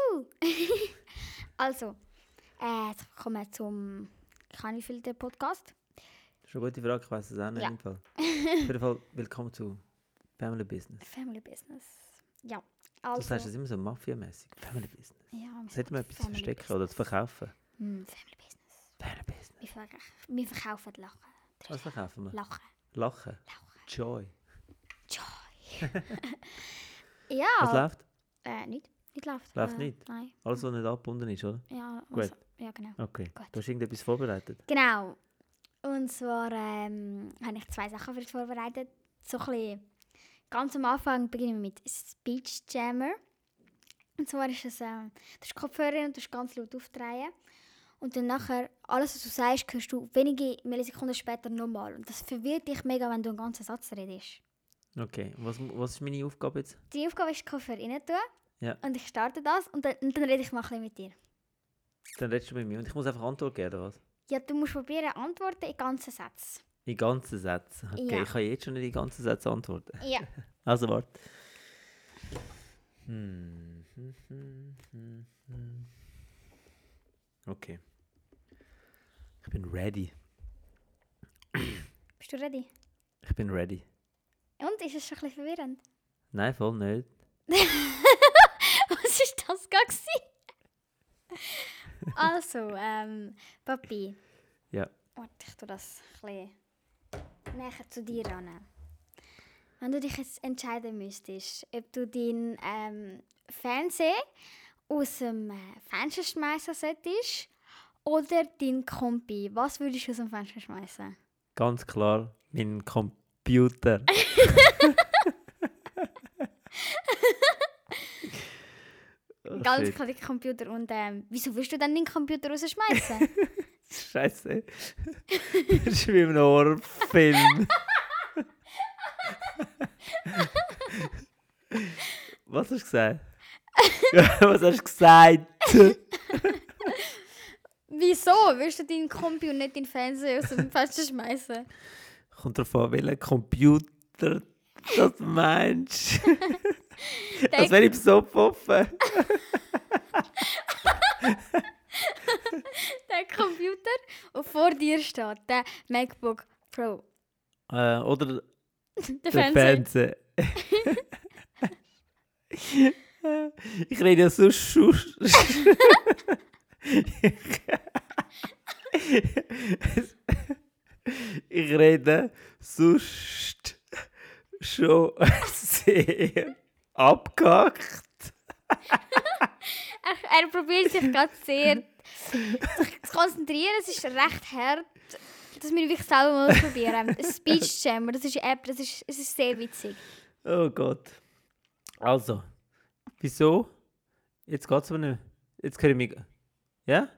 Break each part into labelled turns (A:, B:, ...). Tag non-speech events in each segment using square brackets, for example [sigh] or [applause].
A: [laughs] Also, äh, jetzt kommen wir zum kann ich viel den Podcast.
B: Das ist eine gute Frage, ich weiß es auch nicht.
A: Ja.
B: im Fall. Auf jeden Fall, willkommen zu Family Business.
A: Family Business. Ja.
B: Du
A: Also,
B: sagst es immer so mafiamäßig. Family Business.
A: ja,
B: Das hätte man etwas zu
A: Family
B: verstecken oder zu verkaufen.
A: Hm, Family Business.
B: Family Business.
A: Wir, ver wir verkaufen Lachen.
B: Was verkaufen wir?
A: Lachen.
B: Lachen.
A: Lachen.
B: Joy.
A: Joy.
B: Was
A: ja.
B: läuft?
A: Äh, nicht. Nicht läuft.
B: Läuft
A: äh,
B: nicht?
A: Nein.
B: Alles, was nicht abgebunden ist, oder?
A: Ja,
B: Gut.
A: also, ja, genau.
B: Okay.
A: Gut.
B: Du hast irgendetwas vorbereitet?
A: Genau. Und zwar ähm, habe ich zwei Sachen für dich vorbereitet. So ein bisschen, ganz am Anfang beginnen wir mit Speech Jammer. Und zwar ist es, ähm, du hast Kopfhörer und du kannst ganz laut aufdrehen. Und dann nachher, alles was du sagst, hörst du wenige Millisekunden später nochmal. Und das verwirrt dich mega, wenn du einen ganzen Satz redest.
B: Okay. Und Was, was ist meine Aufgabe jetzt?
A: Deine Aufgabe ist, die Kopfhörer rein tun.
B: Ja.
A: Und ich starte das und dann, und dann rede ich mal ein bisschen mit dir.
B: Dann redest du mit mir und ich muss einfach Antwort geben, oder was?
A: Ja, du musst probieren, antworten in ganzen Sätzen.
B: Die ganzen Sätze. Okay,
A: Ja.
B: ich kann jetzt schon nicht die ganzen Sätze antworten.
A: Ja.
B: Also warte. Hm, hm, hm, hm, hm. Okay. Ich bin ready.
A: Bist du ready?
B: Ich bin ready.
A: Und ist es schon ein bisschen verwirrend?
B: Nein, voll nicht.
A: [laughs] Was ist das gerade? gewesen? also, ähm, Papi.
B: Ja.
A: Warte, ich tue das ein bisschen näher zu dir ran. Wenn du dich jetzt entscheiden müsstest, ob du deinen ähm, Fernseher aus dem äh, Fenster schmeißen solltest oder deinen Kompi, was würdest du aus dem Fenster schmeißen?
B: Ganz klar, mein Computer. oh,
A: Ganz
B: shit.
A: klar, den Computer. Und ähm, wieso willst du dann den Computer rausschmeißen?
B: Scheiße. das ist wie im Horrorfilm. Was hast du [laughs] gesagt? Was hast du gesagt?
A: Wieso willst du deinen Kompi und nicht deinen Fernseher aus dem Fenster schmeißen?
B: Kommt drauf an, welchen Computer das meinst. Als wenn ich so poppen.
A: Der Computer, der vor dir steht, der MacBook Pro,
B: Äh, oder
A: der
B: der
A: Fernseher.
B: Fernseher. ich rede ja so schusch. ich rede sonst schon sehr abgehackt.
A: [laughs] Er, er probiert sich gerade sehr sich zu konzentrieren. Es ist recht hart. Das müssen wir wirklich selber mal probieren. Ein Speech Jammer, das ist eine App, das ist, es ist sehr witzig.
B: Oh Gott. Also, wieso? Jetzt geht es aber nicht. mehr. Jetzt höre ich mich. Ja?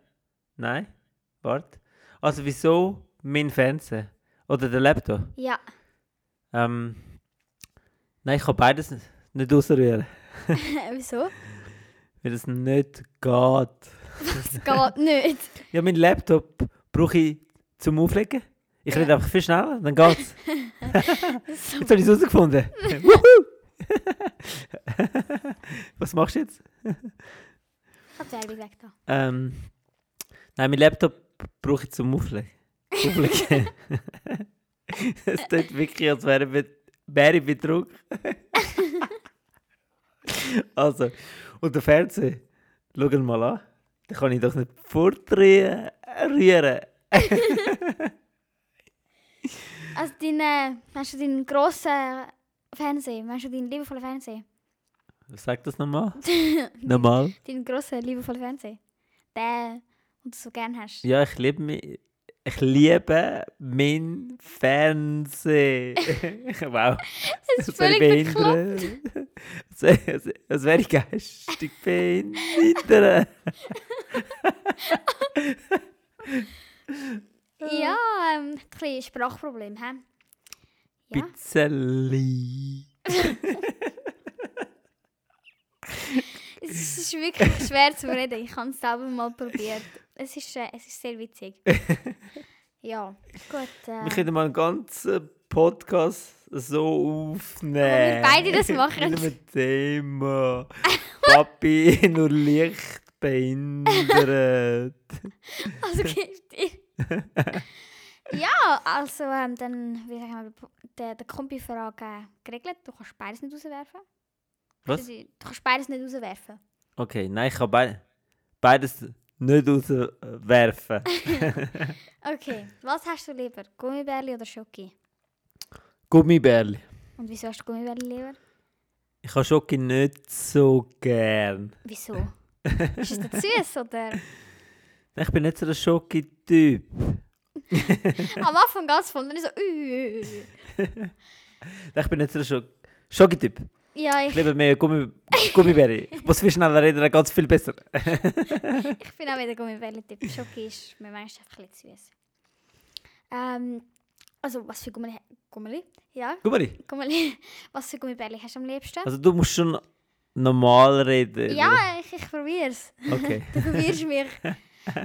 B: Nein? Warte. Also, wieso mein Fernseher? Oder der Laptop?
A: Ja, [laughs]
B: Ähm, nein, ich kann beides n- nicht ausrühren,
A: wieso?
B: weil es nicht geht.
A: Das geht nicht.
B: Ja, mein Laptop brauche ich zum Auflegen. Ich rede einfach viel schneller, dann geht's. jetzt habe ich es herausgefunden. Wuhu! [laughs] Was machst du jetzt?
A: Ich habe die Werbung weg da.
B: Ähm, nein, mein nou, Laptop brauche ich zum Auflegen. Auflegen. Es tut wirklich, als wäre ich bet- wäre ich Betrug. [laughs] also, und der Fernseher, schau ihn mal an. Den kann ich doch nicht fortrühren. Rühren.
A: Also, dein, äh, meinst du deinen grossen Fernseher? Meinst du deinen liebevollen Fernseher?
B: Sag das nochmal. nochmal.
A: Deinen grossen, liebevollen Fernseher? Den, den du so gerne hast.
B: Ja, ich liebe mich. Ich liebe meinen [laughs] Fernseher. wow.
A: Das ist
B: Als
A: völlig
B: wäre ich
A: bekloppt.
B: [laughs] behindert. Als wär- als- als wäre ich geistig [laughs] behindert.
A: Ja, ähm, hat ein bisschen Sprachproblem, hä? Ja.
B: Pizzeli.
A: Es ist, es ist
B: [laughs]
A: wirklich schwer zu reden. Ich habe es selber mal probiert. Es ist, äh, es ist sehr witzig.
B: [laughs]
A: ja, gut. Äh,
B: Wir können mal einen ganzen Podcast so
A: Wo
B: aufnehmen. [laughs]
A: wir beide das machen.
B: Mit einem Thema. Papi, nur Licht behindert.
A: [laughs]
B: [laughs]
A: Also gib dir. ja, also ähm, dann wie sagen wir, der, der Kombi-Frage geregelt. Du kannst beides nicht rauswerfen.
B: Was?
A: Also, du kannst beides nicht rauswerfen.
B: Okay, nein, ich kann bei- beides
A: [laughs]
B: nicht rauswerfen.
A: Okay, was hast du lieber? Gummibärli oder Schoki?
B: Gummibärli.
A: Und wieso hast du Gummibärli lieber?
B: Ich habe Schoki nicht so gern.
A: Wieso? Ist es denn süß oder?
B: Ich bin nicht so der Schoki-Typ.
A: Am Anfang ganz voll, dann ist so. äh, äh, äh.
B: Ich bin nicht so der Schok- Schoki-Typ.
A: Ja,
B: Ich
A: ich,
B: liebe mehr Gummi
A: [laughs]
B: Gummibärli. Ich muss viel schneller reden, dann geht es viel besser.
A: ich bin auch wieder Gummibärli-Typ. Schoki ist mir manchmal einfach ein bisschen süß. Ähm, also was für Gummeli? Gummeli? Ja,
B: Gummibärli.
A: Gummeli. [laughs] Was für Gummibärli hast du am liebsten?
B: Also du musst schon normal reden.
A: Ja, ich, ich probier's. [laughs]
B: oder? Okay.
A: Du probierst mich.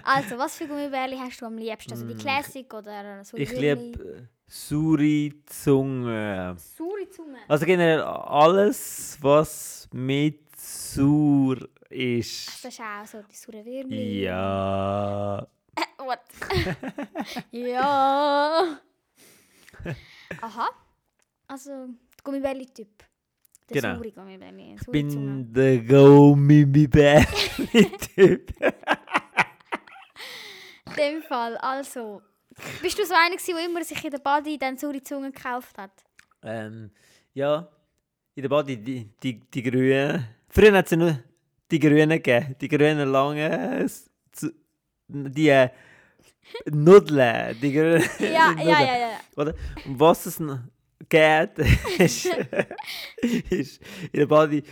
A: Also, was für Gummibärli hast du am liebsten? Also die Classic oder so
B: Ich
A: Würmli?
B: liebe saure Zunge.
A: Saure Zunge.
B: Also generell alles, was mit sauer
A: Ach,
B: ist.
A: Das ist auch so die saure Würmli.
B: Ja.
A: Äh,
B: [laughs]
A: what? ja. Aha. Also, die Gummibärli-Typ. Der
B: Genau.
A: saure Gummibärli.
B: Ich
A: saure Zunge.
B: bin der Gummibärli-Typ.
A: In dem Fall, also. dus Bist du so einer gewesen, der immer sich in der Body dann saure Zunge gekauft hat?
B: Ähm, ja, in der Body, die, die, die Grünen. Früher hat es ja nur die Grünen gegeben. Die grünen langen. S- zu- Die äh, Nudeln. Die grünen. [laughs]
A: Ja,
B: Nudeln,
A: ja, ja, ja.
B: Oder? Und was es noch geht, [laughs] ist, ist in der Body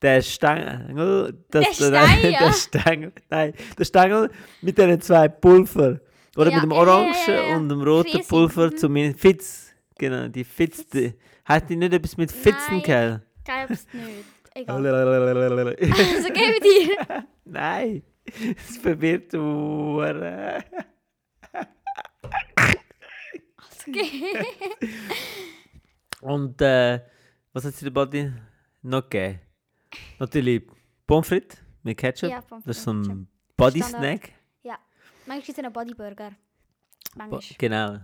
B: der Stängel. das-
A: Der Stein,
B: [laughs] der,
A: ja.
B: Stängel. Nein, der Stängel mit diesen zwei Pulver. Oder
A: Ja,
B: mit dem
A: ja, ja,
B: orangen
A: ja, ja.
B: und dem roten
A: Riesig,
B: Pulver
A: mhm.
B: zu meinen Fitz. Genau, die Fitz. Die, hat die nicht etwas mit Fitzen
A: Nein.
B: gehabt?
A: Glaubst nicht. Egal. [laughs]
B: [laughs] Nein,
A: Also, gebe dir.
B: [laughs] es verwirrt mich.
A: Okay.
B: Und äh, was hat es in der Body noch gegeben? Natürlich Pommes frites mit Ketchup.
A: Ja, Pommes
B: das ist so
A: frites,
B: ein Body-Snack.
A: Standard. Manchmal ist es ein Bodyburger.
B: Bo-
A: Manchmal.
B: Genau.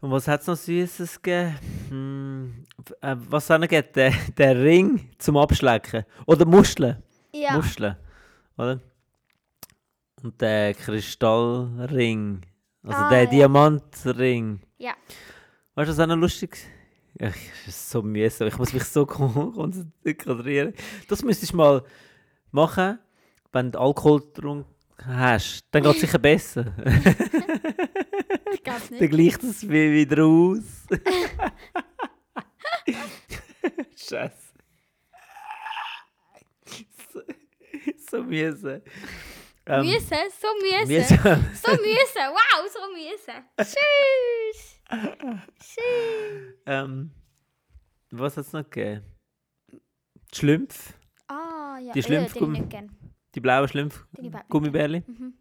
B: Und was hat es noch Süßes gegeben? Hm, f- äh, was hat noch gegeben? Der, der Ring zum Abschlecken. Oder Muscheln.
A: Ja.
B: Muscheln. Oder? Und der Kristallring. Also
A: Ah,
B: der
A: ja.
B: Diamantring.
A: ja.
B: Weißt du, was auch noch lustig ist? Ich [laughs] ist so mühsam, ich muss mich so kon- [laughs] konzentrieren. Das müsstest du mal machen, wenn du Alkohol getrunken hast. Dann geht es sicher besser. [laughs]
A: Ich glaube
B: Dann
A: nicht.
B: gleicht es wie- wieder aus. [laughs] Scheiße. So, so mühsam. Ähm,
A: Müssen, so müssen.
B: mühsam.
A: So müssen, wow, so
B: [laughs]
A: müssen. Tschüss. Tschüss.
B: Ähm, was hat es noch gegeben? Die Schlümpfe.
A: Ah, ja.
B: Die
A: äh,
B: Schlümpfgummi-
A: Den ich nicht gern.
B: Die blauen Schlümpfe.
A: Den ich überhaupt nicht
B: Gummibärli.
A: Mhm.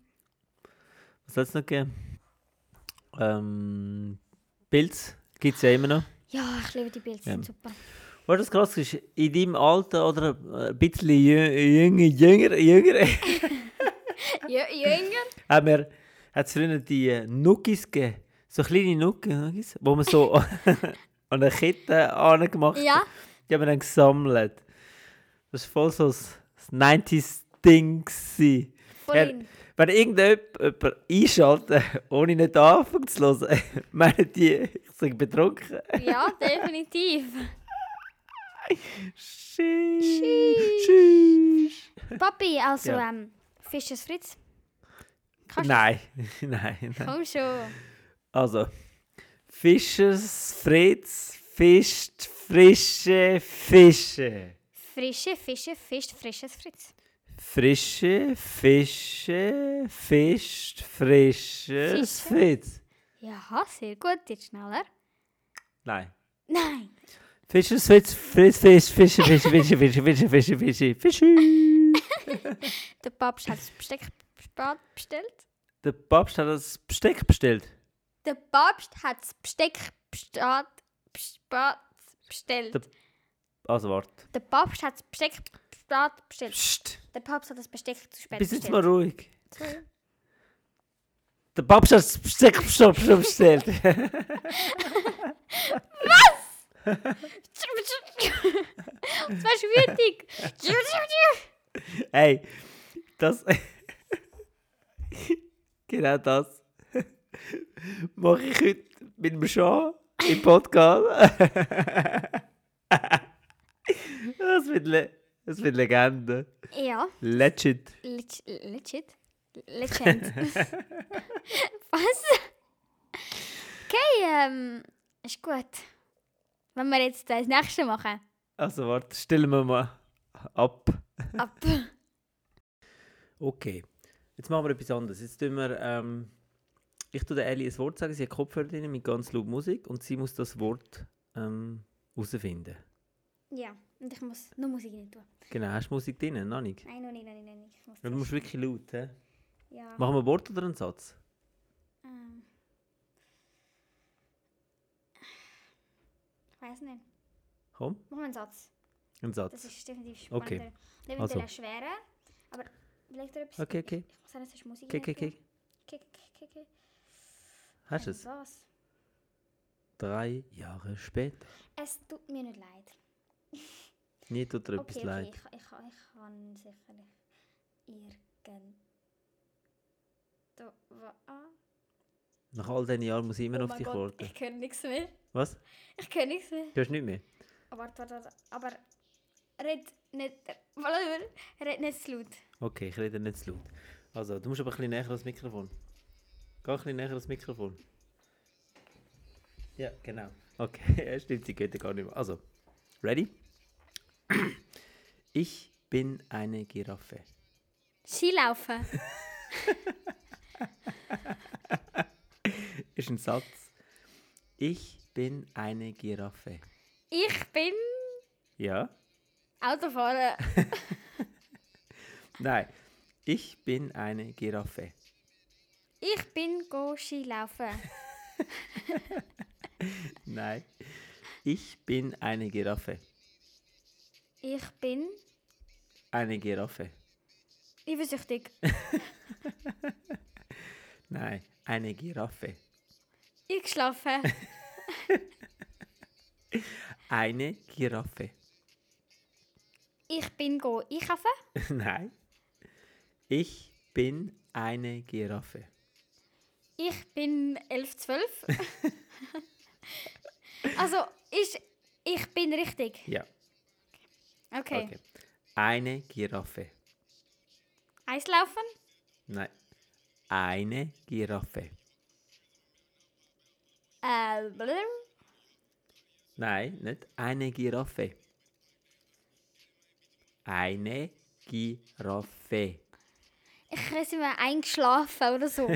B: Was hat es noch gegeben? Ähm, Pilz gibt es ja immer noch.
A: Ja, ich liebe die Pilze,
B: Ja.
A: sind super.
B: Was das krass ist, in deinem Alter oder äh, ein bisschen jü- jünger, jünger, jünger,
A: [laughs]
B: [laughs]
A: Ja, jünger.
B: hat mir hat es früher die äh, Nuggis gegeben. So kleine Nuggis, Nuggis, wo man so [laughs] an einer Kette angemacht hat.
A: Ja,
B: Die haben wir dann gesammelt. Das war voll so ein 90s-Ding. gewesen. Ja,
A: vorhin.
B: Wenn irgendjemand einschaltet, [laughs] ohne nicht anfangen zu hören, [laughs] meinen die, ich sei betrunken.
A: Ja, definitiv.
B: Sheesh.
A: Sheesh.
B: Sheesh.
A: Papi, also,
B: Ja.
A: ähm, Fischers Fritz. Kannst du-
B: Nein, [laughs] nein, nein.
A: Komm schon.
B: Also, Fischers, Fritz, Fischt, frische Fische.
A: Frische Fische, Fisch, frisches Fritz.
B: Frische Fische, Fischt, frisches
A: Fische?
B: Fritz.
A: Ja, sehr gut, jetzt schneller.
B: Nein.
A: Nein.
B: Fischers, Fritz, Fritz, Fisch, Fische, Fische, Fische, Fische, Fische, Fische, Fische, Fische.
A: Der Papst hat das Besteck spa- bestellt.
B: Der Papst hat das Besteck bestellt.
A: Der Papst hat das Besteck besta- besta- bestellt.
B: Der- Also, warte.
A: Der Papst hat das Besteck besta- bestellt.
B: Psst.
A: Der Papst hat das Besteck zu spät
B: Bist jetzt mal
A: bestellt.
B: ruhig.
A: Sorry.
B: Der Papst hat das Besteck schon schon bestellt.
A: Das war schwierig.
B: Ey, das. [laughs] genau das. [laughs] Mache ich heute mit dem Sean im Podcast. [laughs] das, wird Le das wird Legende.
A: ja,
B: Legit.
A: leg- legit. Legend. Was? Okay, ähm, ist gut. Wenn wir jetzt das nächste machen.
B: Also, warte, stellen wir mal ab.
A: Ab.
B: Okay. Jetzt machen wir etwas anderes. Jetzt tun wir. Ähm, ich tue der Ellie ein Wort sagen, sie hat Kopfhörer drin mit ganz laut Musik und sie muss das Wort ähm, herausfinden.
A: Ja, und ich muss nur Musik nicht tun.
B: Genau, hast du Musik drin? Noch nicht.
A: Nein, noch nicht, noch nicht, noch nicht. Ich muss
B: Ja, Du musst wirklich laut, hä?
A: ja.
B: Machen wir ein Wort oder einen Satz?
A: Ähm. Ich weiß nicht.
B: Komm,
A: Machen wir einen Satz.
B: einen
A: Das
B: Satz.
A: ist definitiv spannender.
B: Okay.
A: Nicht mit
B: Also.
A: der schweren, aber vielleicht noch etwas.
B: Okay, okay.
A: Ich, ich muss sagen, es ist Musik.
B: Kick, kick, kick.
A: Kick, kick, kick, kick.
B: Hast du es?
A: Was?
B: Drei Jahre später.
A: Es tut mir nicht leid.
B: Nie tut dir etwas
A: Okay, okay, ich,
B: leid.
A: ich, ich kann sicherlich irgend... Da, wa, ah.
B: Nach all diesen Jahren muss ich immer
A: Oh
B: auf
A: mein
B: dich
A: Gott,
B: warten.
A: Ich kann nichts [laughs] mehr.
B: Was?
A: Ich kann nichts mehr.
B: Du hast nicht mehr?
A: Aber, warte, warte, warte. aber Ah, red nicht, warte, red nicht zu laut.
B: Okay, ich rede nicht zu laut. Also, du musst aber ein bisschen näher ans Mikrofon. Geh ein bisschen näher ans Mikrofon. Ja, genau. Okay, [laughs] ja, stimmt, sie geht ja gar nicht mehr. Also, ready? [clears throat] Ich bin eine Giraffe.
A: Skilaufen. [laughs]
B: Ist ein Satz. Ich bin eine Giraffe.
A: Ich bin
B: Ja?
A: Autofahrer.
B: Nein. Ich bin eine Giraffe.
A: Ich bin go Skilaufen.
B: Nein. Ich bin eine Giraffe.
A: Ich bin
B: Eine Giraffe.
A: eifersüchtig.
B: Nein. Eine Giraffe.
A: Ich schlafe.
B: Eine Giraffe. [laughs]
A: Ich bin go einkaufen.
B: Nein. Ich bin eine Giraffe.
A: Ich bin 11, 12. [laughs] also ist ich bin richtig.
B: Ja.
A: Okay.
B: Okay. Eine Giraffe.
A: Eislaufen.
B: Nein. Eine Giraffe.
A: Äh, blablabla.
B: Nein, nicht eine Giraffe. Eine Giraffe.
A: ich weiß immer eingeschlafen oder
B: [laughs]
A: so.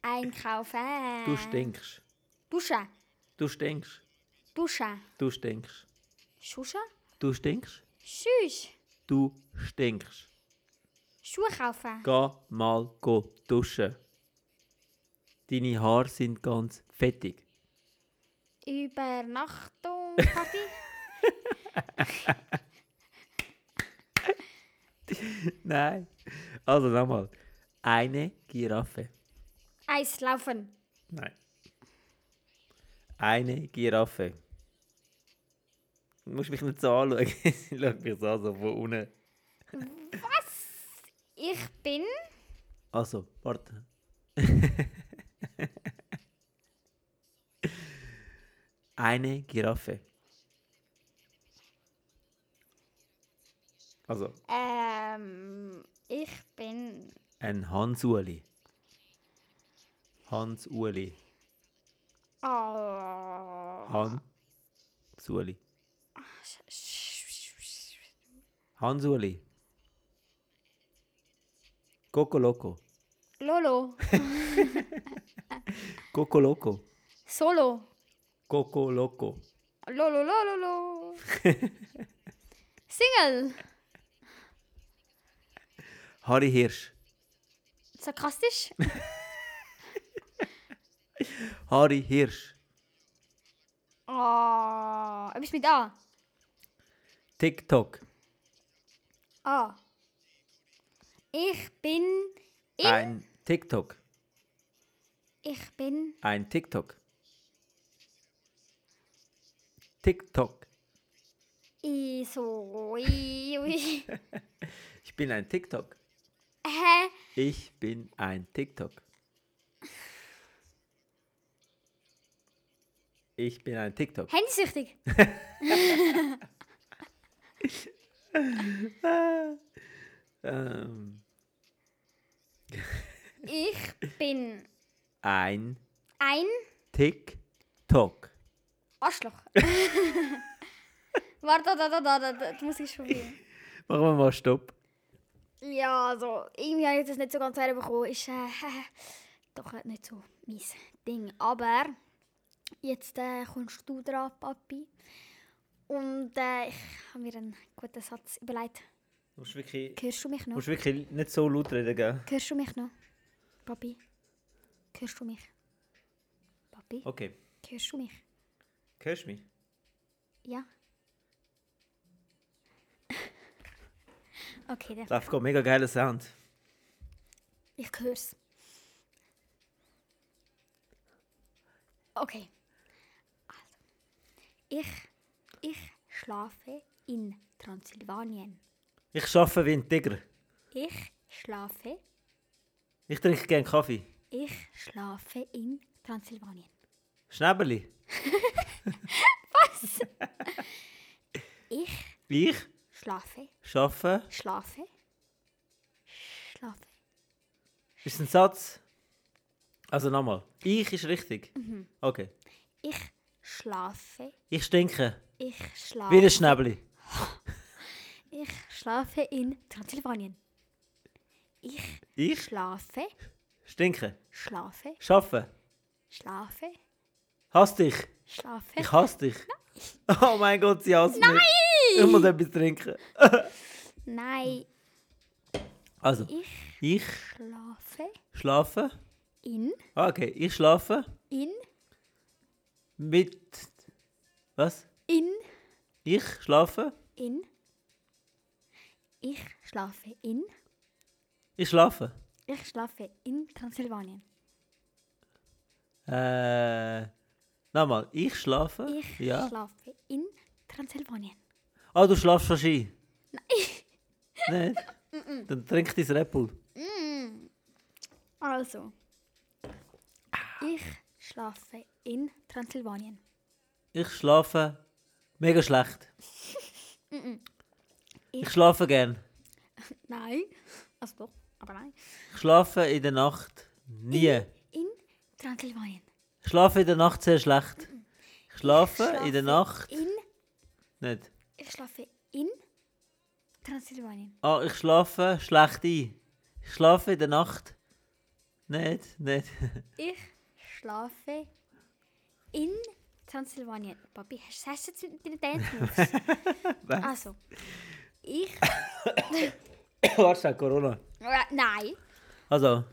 A: Einkaufen.
B: Du stinkst.
A: Duschen.
B: Du stinkst.
A: Duschen.
B: Du stinkst.
A: Schuschen.
B: Du stinkst.
A: Tschüss.
B: Du stinkst.
A: Schuhe kaufen.
B: Geh mal go duschen. Deine Haare sind ganz fettig.
A: Übernachtung,
B: [laughs]
A: Party.
B: Nein. Also nochmal. Eine Giraffe.
A: Eislaufen.
B: Nein. Eine Giraffe. Du musst mich nicht so anschauen. [laughs] Sie schaut mich so an, so von unten.
A: Ich bin
B: Also, warte. [laughs] Eine Giraffe. Also,
A: Ähm, ich bin.
B: ein Hans-Uli. Hans-Uli.
A: Oh.
B: Hans-Uli. Hans-Uli. Coco Loco.
A: Lolo.
B: Coco Loco.
A: Solo.
B: Coco Loco.
A: Lolo, lolo, lolo. [laughs] Single.
B: Harry Hirsch.
A: Sarkastisch.
B: Harry Hirsch.
A: Oh. A. Etwas mit A.
B: TikTok.
A: A. Ich bin. Ich,
B: Ein TikTok.
A: ich bin.
B: Ein TikTok. TikTok.
A: I so. I, ui.
B: Ich bin ein TikTok.
A: Hä?
B: Ich bin ein TikTok. Ich bin ein TikTok.
A: Handysüchtig.
B: Ähm,
A: Ich bin
B: ein
A: ein
B: TikTok.
A: Arschloch. [laughs] Warte, da, da, da, da, da, da, die Musik ist vorbei.
B: Machen wir mal Stopp.
A: Ja, also, irgendwie habe ich das nicht so ganz herbekommen. Ist äh, [laughs] doch nicht so mein Ding. Aber jetzt äh, kommst du dran, Papi. Und äh, ich habe mir einen guten Satz überlegt.
B: Du musst wirklich,
A: Hörst du mich noch?
B: musst wirklich nicht so laut reden, gell?
A: Hörst du mich noch? Papi? Hörst du mich? Papi?
B: Okay.
A: Hörst du mich?
B: Hörst du mich?
A: Ja. [laughs] Okay, dann.
B: Das kommt mega geiler Sound.
A: Ich hör's. Okay. Also. Ich, ich schlafe in Transsilvanien.
B: Ich schaffe wie ein Tiger.
A: Ich schlafe,
B: Ich trinke gerne Kaffee.
A: ich schlafe in Transsilvanien.
B: Schnäberli.
A: [laughs] Ich
B: Ich
A: schlafe,
B: schaffe.
A: schlafe, schlafe.
B: Ist ein Satz. Also nochmal. Ich ist richtig.
A: Mhm.
B: Okay.
A: Ich schlafe,
B: Ich stinke.
A: ich
B: Wie ein
A: schlafe,
B: Schnäbeli.
A: ich schlafe in Transsilvanien. Ich
B: Ich
A: schlafe,
B: stinke.
A: schlafe,
B: Schaffe.
A: schlafe,
B: Hass dich.
A: schlafe.
B: Ich hasse dich. Oh mein Gott, sie hasst mich. Ich muss etwas trinken.
A: Nein,
B: Also,
A: ich
B: ich
A: schlafe
B: schlafe.
A: in,
B: Ah, okay. Ich schlafe
A: in,
B: mit. Was?
A: in,
B: Ich schlafe.
A: in. Ich schlafe in,
B: Ich schlafe.
A: ich schlafe in Transsilvanien.
B: Äh. Nochmal. Ich schlafe.
A: Ich
B: ja.
A: schlafe in Transsilvanien.
B: Ah, du schlafst wahrscheinlich. Nein.
A: Mm,
B: Nicht? Dann trink dein Red Bull.
A: Also, ich schlafe in Transsilvanien.
B: Ich schlafe mega schlecht.
A: [laughs] Ich-
B: Ich schlafe gern.
A: Nein, also doch, aber nein.
B: Ich schlafe in der Nacht nie.
A: In Transsilvanien.
B: Ich schlafe in der Nacht sehr schlecht. Ich schlafe
A: Mm, Ich
B: in der
A: schlafe
B: Nacht
A: In,
B: nicht.
A: ich schlafe in Transsilvanien.
B: Ah, ich schlafe schlecht ein. Ich schlafe in der Nacht nicht, nicht. [laughs]
A: Ich schlafe in Transsilvanien. Papi, hast hast du jetzt mit deinen Dance Moves? also, ich.
B: Warte, hat Corona.
A: Äh, Nein,
B: Also,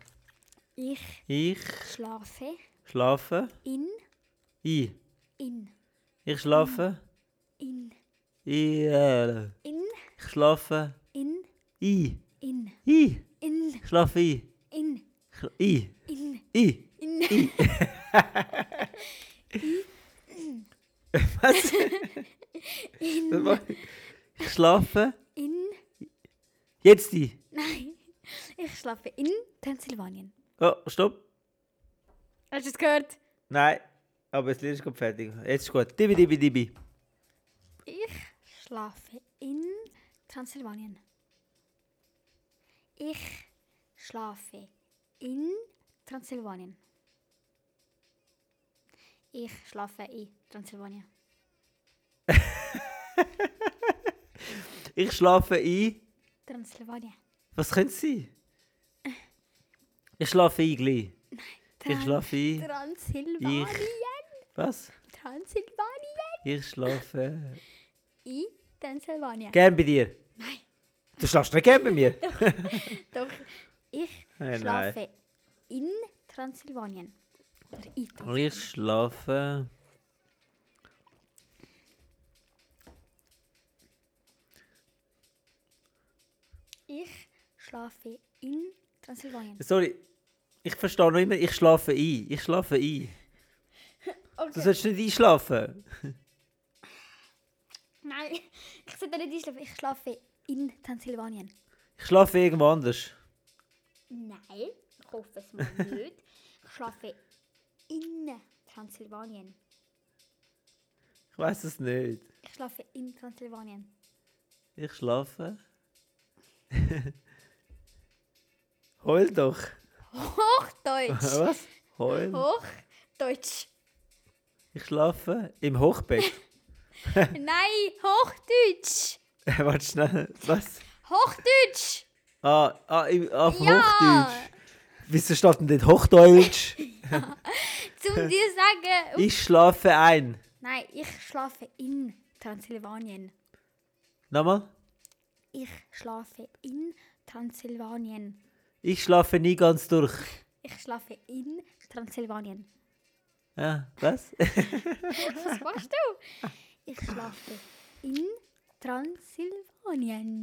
A: ich
B: ich
A: schlafe
B: schlafe
A: in,
B: ein.
A: in,
B: Ich schlafe
A: in,
B: ein.
A: in,
B: Ich schlafe
A: in,
B: ein.
A: in,
B: Ein.
A: in,
B: Ich schlafe ein.
A: in,
B: Ich schla- Ein.
A: in,
B: Ein.
A: in.
B: Das war- Ich schlafe
A: In,
B: jetzt ein.
A: nein, ich schlafe in Transsilvanien.
B: Oh, stopp.
A: Hast du es gehört?
B: Nein, aber das Lied ist gerade fertig. Jetzt ist gut. Dibi, dibi, dibi.
A: Ich schlafe in Transsilvanien. Ich schlafe in Transsilvanien. Ich schlafe in Transsilvanien.
B: Ich schlafe ein.
A: Transsilvanien.
B: Was könnte es sein? Ich schlafe ein gleich. Ich schlafe ein.
A: Transsilvanien.
B: Was?
A: Transsilvanien.
B: Ich schlafe
A: In Transsilvanien.
B: gern bei dir.
A: Nein.
B: Du schlafst nicht gern bei mir.
A: Doch. Ich
B: Äh, Nein, nein.
A: schlafe in Transsilvanien. Oder in Transsilvanien.
B: Ich schlafe
A: Ich schlafe in Transsilvanien.
B: Sorry, ich verstehe noch immer, ich schlafe ein. Ich schlafe ein. Du
A: Okay.
B: sollst nicht einschlafen.
A: Nein, [laughs] ich sollte nicht einschlafen. Ich schlafe in Transsilvanien.
B: Ich schlafe irgendwo anders.
A: Nein, ich hoffe es [laughs] mal nicht. Ich schlafe in Transsilvanien.
B: Ich weiß es nicht.
A: Ich schlafe in Transsilvanien.
B: Ich schlafe. [laughs] Heul doch.
A: Hochdeutsch!
B: [laughs] Was? Heul.
A: Hochdeutsch!
B: Ich schlafe im [laughs] Hochbett.
A: Nein, Hochdeutsch!
B: Äh, Warte schnell. Was?
A: Hochdeutsch!
B: Ah, ah im, auf
A: Ja.
B: Hochdeutsch. Wieso steht denn dort [laughs] Hochdeutsch?
A: Zum dir sagen.
B: Ich schlafe ein.
A: Nein, ich schlafe in Transsilvanien.
B: Nochmal.
A: Ich schlafe in Transsilvanien.
B: Ich schlafe nie ganz durch.
A: Ich schlafe in Transsilvanien.
B: Ja, was?
A: [laughs]
B: [laughs]
A: Was machst du? Ich schlafe in [laughs] Transsilvanien.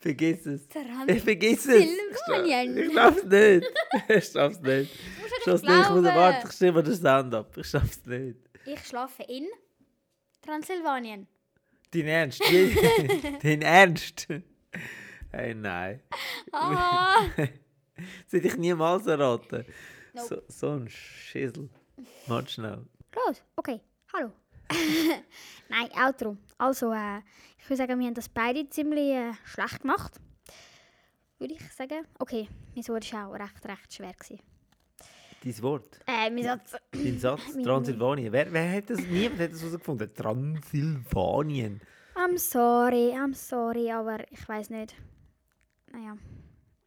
B: Vergiss es. Ich
A: Transsilvanien.
B: vergiss es.
A: Silvanien.
B: Ich schaff's nicht.
A: [laughs]
B: Ich schaff's nicht. Ich schaff's nicht. Ich muss
A: glauben.
B: warten. Ich schreibe das Stand-up. Ich schaff's nicht.
A: Ich schlafe in [laughs] Transsilvanien. [laughs]
B: Dein Ernst? Je- Dein Ernst? Hey, nein.
A: Ah,
B: Das hätte ich niemals erraten.
A: Nope.
B: So, so ein Schissel. Warte schnell.
A: los, okay, hallo. [laughs] Nein, Outro. Also, äh, ich würde sagen, wir haben das beide ziemlich äh, schlecht gemacht. Würde ich sagen. Okay, mein Wort war auch recht, recht schwer. Gewesen.
B: Dein Wort.
A: Äh, mein Satz.
B: Dein Satz.
A: Meine-
B: Transsilvanien. Wer, wer hat das? Niemand hat das herausgefunden. Transsilvanien.
A: I'm sorry, I'm sorry, aber ich weiß nicht. Naja,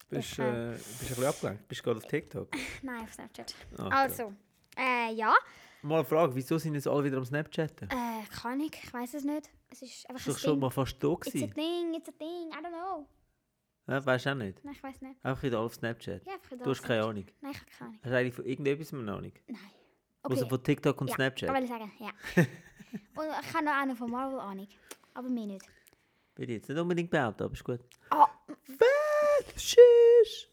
B: Bist,
A: Ja.
B: äh, bist ein bisschen abgelenkt. Bist gerade auf TikTok.
A: nein, auf Snapchat.
B: Ah,
A: Also, äh, ja,
B: Mal eine Frage. Wieso sind jetzt alle wieder am Snapchatten?
A: äh, kann ich, ich weiß es nicht. Es ist
B: Ist
A: einfach
B: doch
A: ein
B: schon
A: Ding.
B: mal fast da
A: It's a
B: gewesen.
A: thing, it's a thing, I don't know.
B: Ja, weißt du auch nicht.
A: Nein, ich weiß nicht.
B: Einfach wieder alle auf Snapchat.
A: Ja, ich
B: Du hast keine Ahnung.
A: Nein, ich habe keine Ahnung.
B: Hast du eigentlich von irgendetwas eine Ahnung?
A: Nein.
B: Okay. Also von TikTok und
A: ja,
B: Snapchat.
A: Ich wollte sagen, ja.
B: [laughs]
A: Und ich habe noch einen von Marvel Ahnung. Aber mir nicht.
B: Bin ich jetzt nicht unbedingt behaupten, aber ist gut.
A: Oh,
B: Was? Tschüss!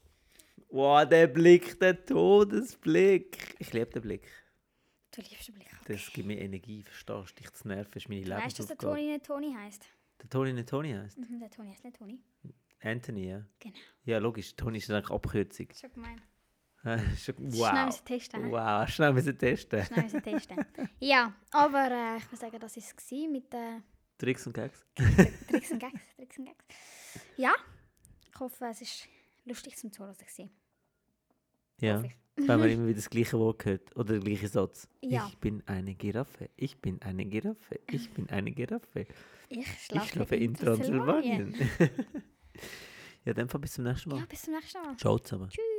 B: Wow, der Blick, der Todesblick. Ich liebe den Blick.
A: du liebst den Blick.
B: Das gibt mir Energie, verstehst du? Dich zu nerven, ist meine
A: Du weißt, dass der
B: Lebensaufgabe.
A: Toni nicht Toni heisst.
B: Der Tony nicht Tony heißt.
A: Mhm, der Toni heißt nicht Toni.
B: Anthony, ja.
A: Genau,
B: Ja, logisch. Tony ist eigentlich Abkürzung. [laughs]
A: das ist schon gemein.
B: Schon-
A: Schnell
B: wow.
A: müssen testen. hä?
B: Wow, schnell müssen testen.
A: Schnell müssen testen.
B: [laughs]
A: ja, aber äh, ich muss sagen, das war es gewesen mit äh,
B: Tricks und Gags.
A: Tricks und Gags. Tricks und Gags. Ja, ich hoffe, es war lustig zum Zuhören. gewesen.
B: Ja.
A: Hoffe ich.
B: Wenn
A: [laughs]
B: man immer wieder das gleiche Wort hört oder den gleichen Satz.
A: Ja.
B: Ich bin eine Giraffe. Ich bin eine Giraffe.
A: [laughs]
B: Ich bin eine Giraffe.
A: Ich schlafe,
B: ich schlafe in Transsilvanien. [laughs] ja, in dem Fall bis zum nächsten Mal.
A: Ja, bis zum nächsten Mal.
B: Ciao zusammen.
A: Tschüss.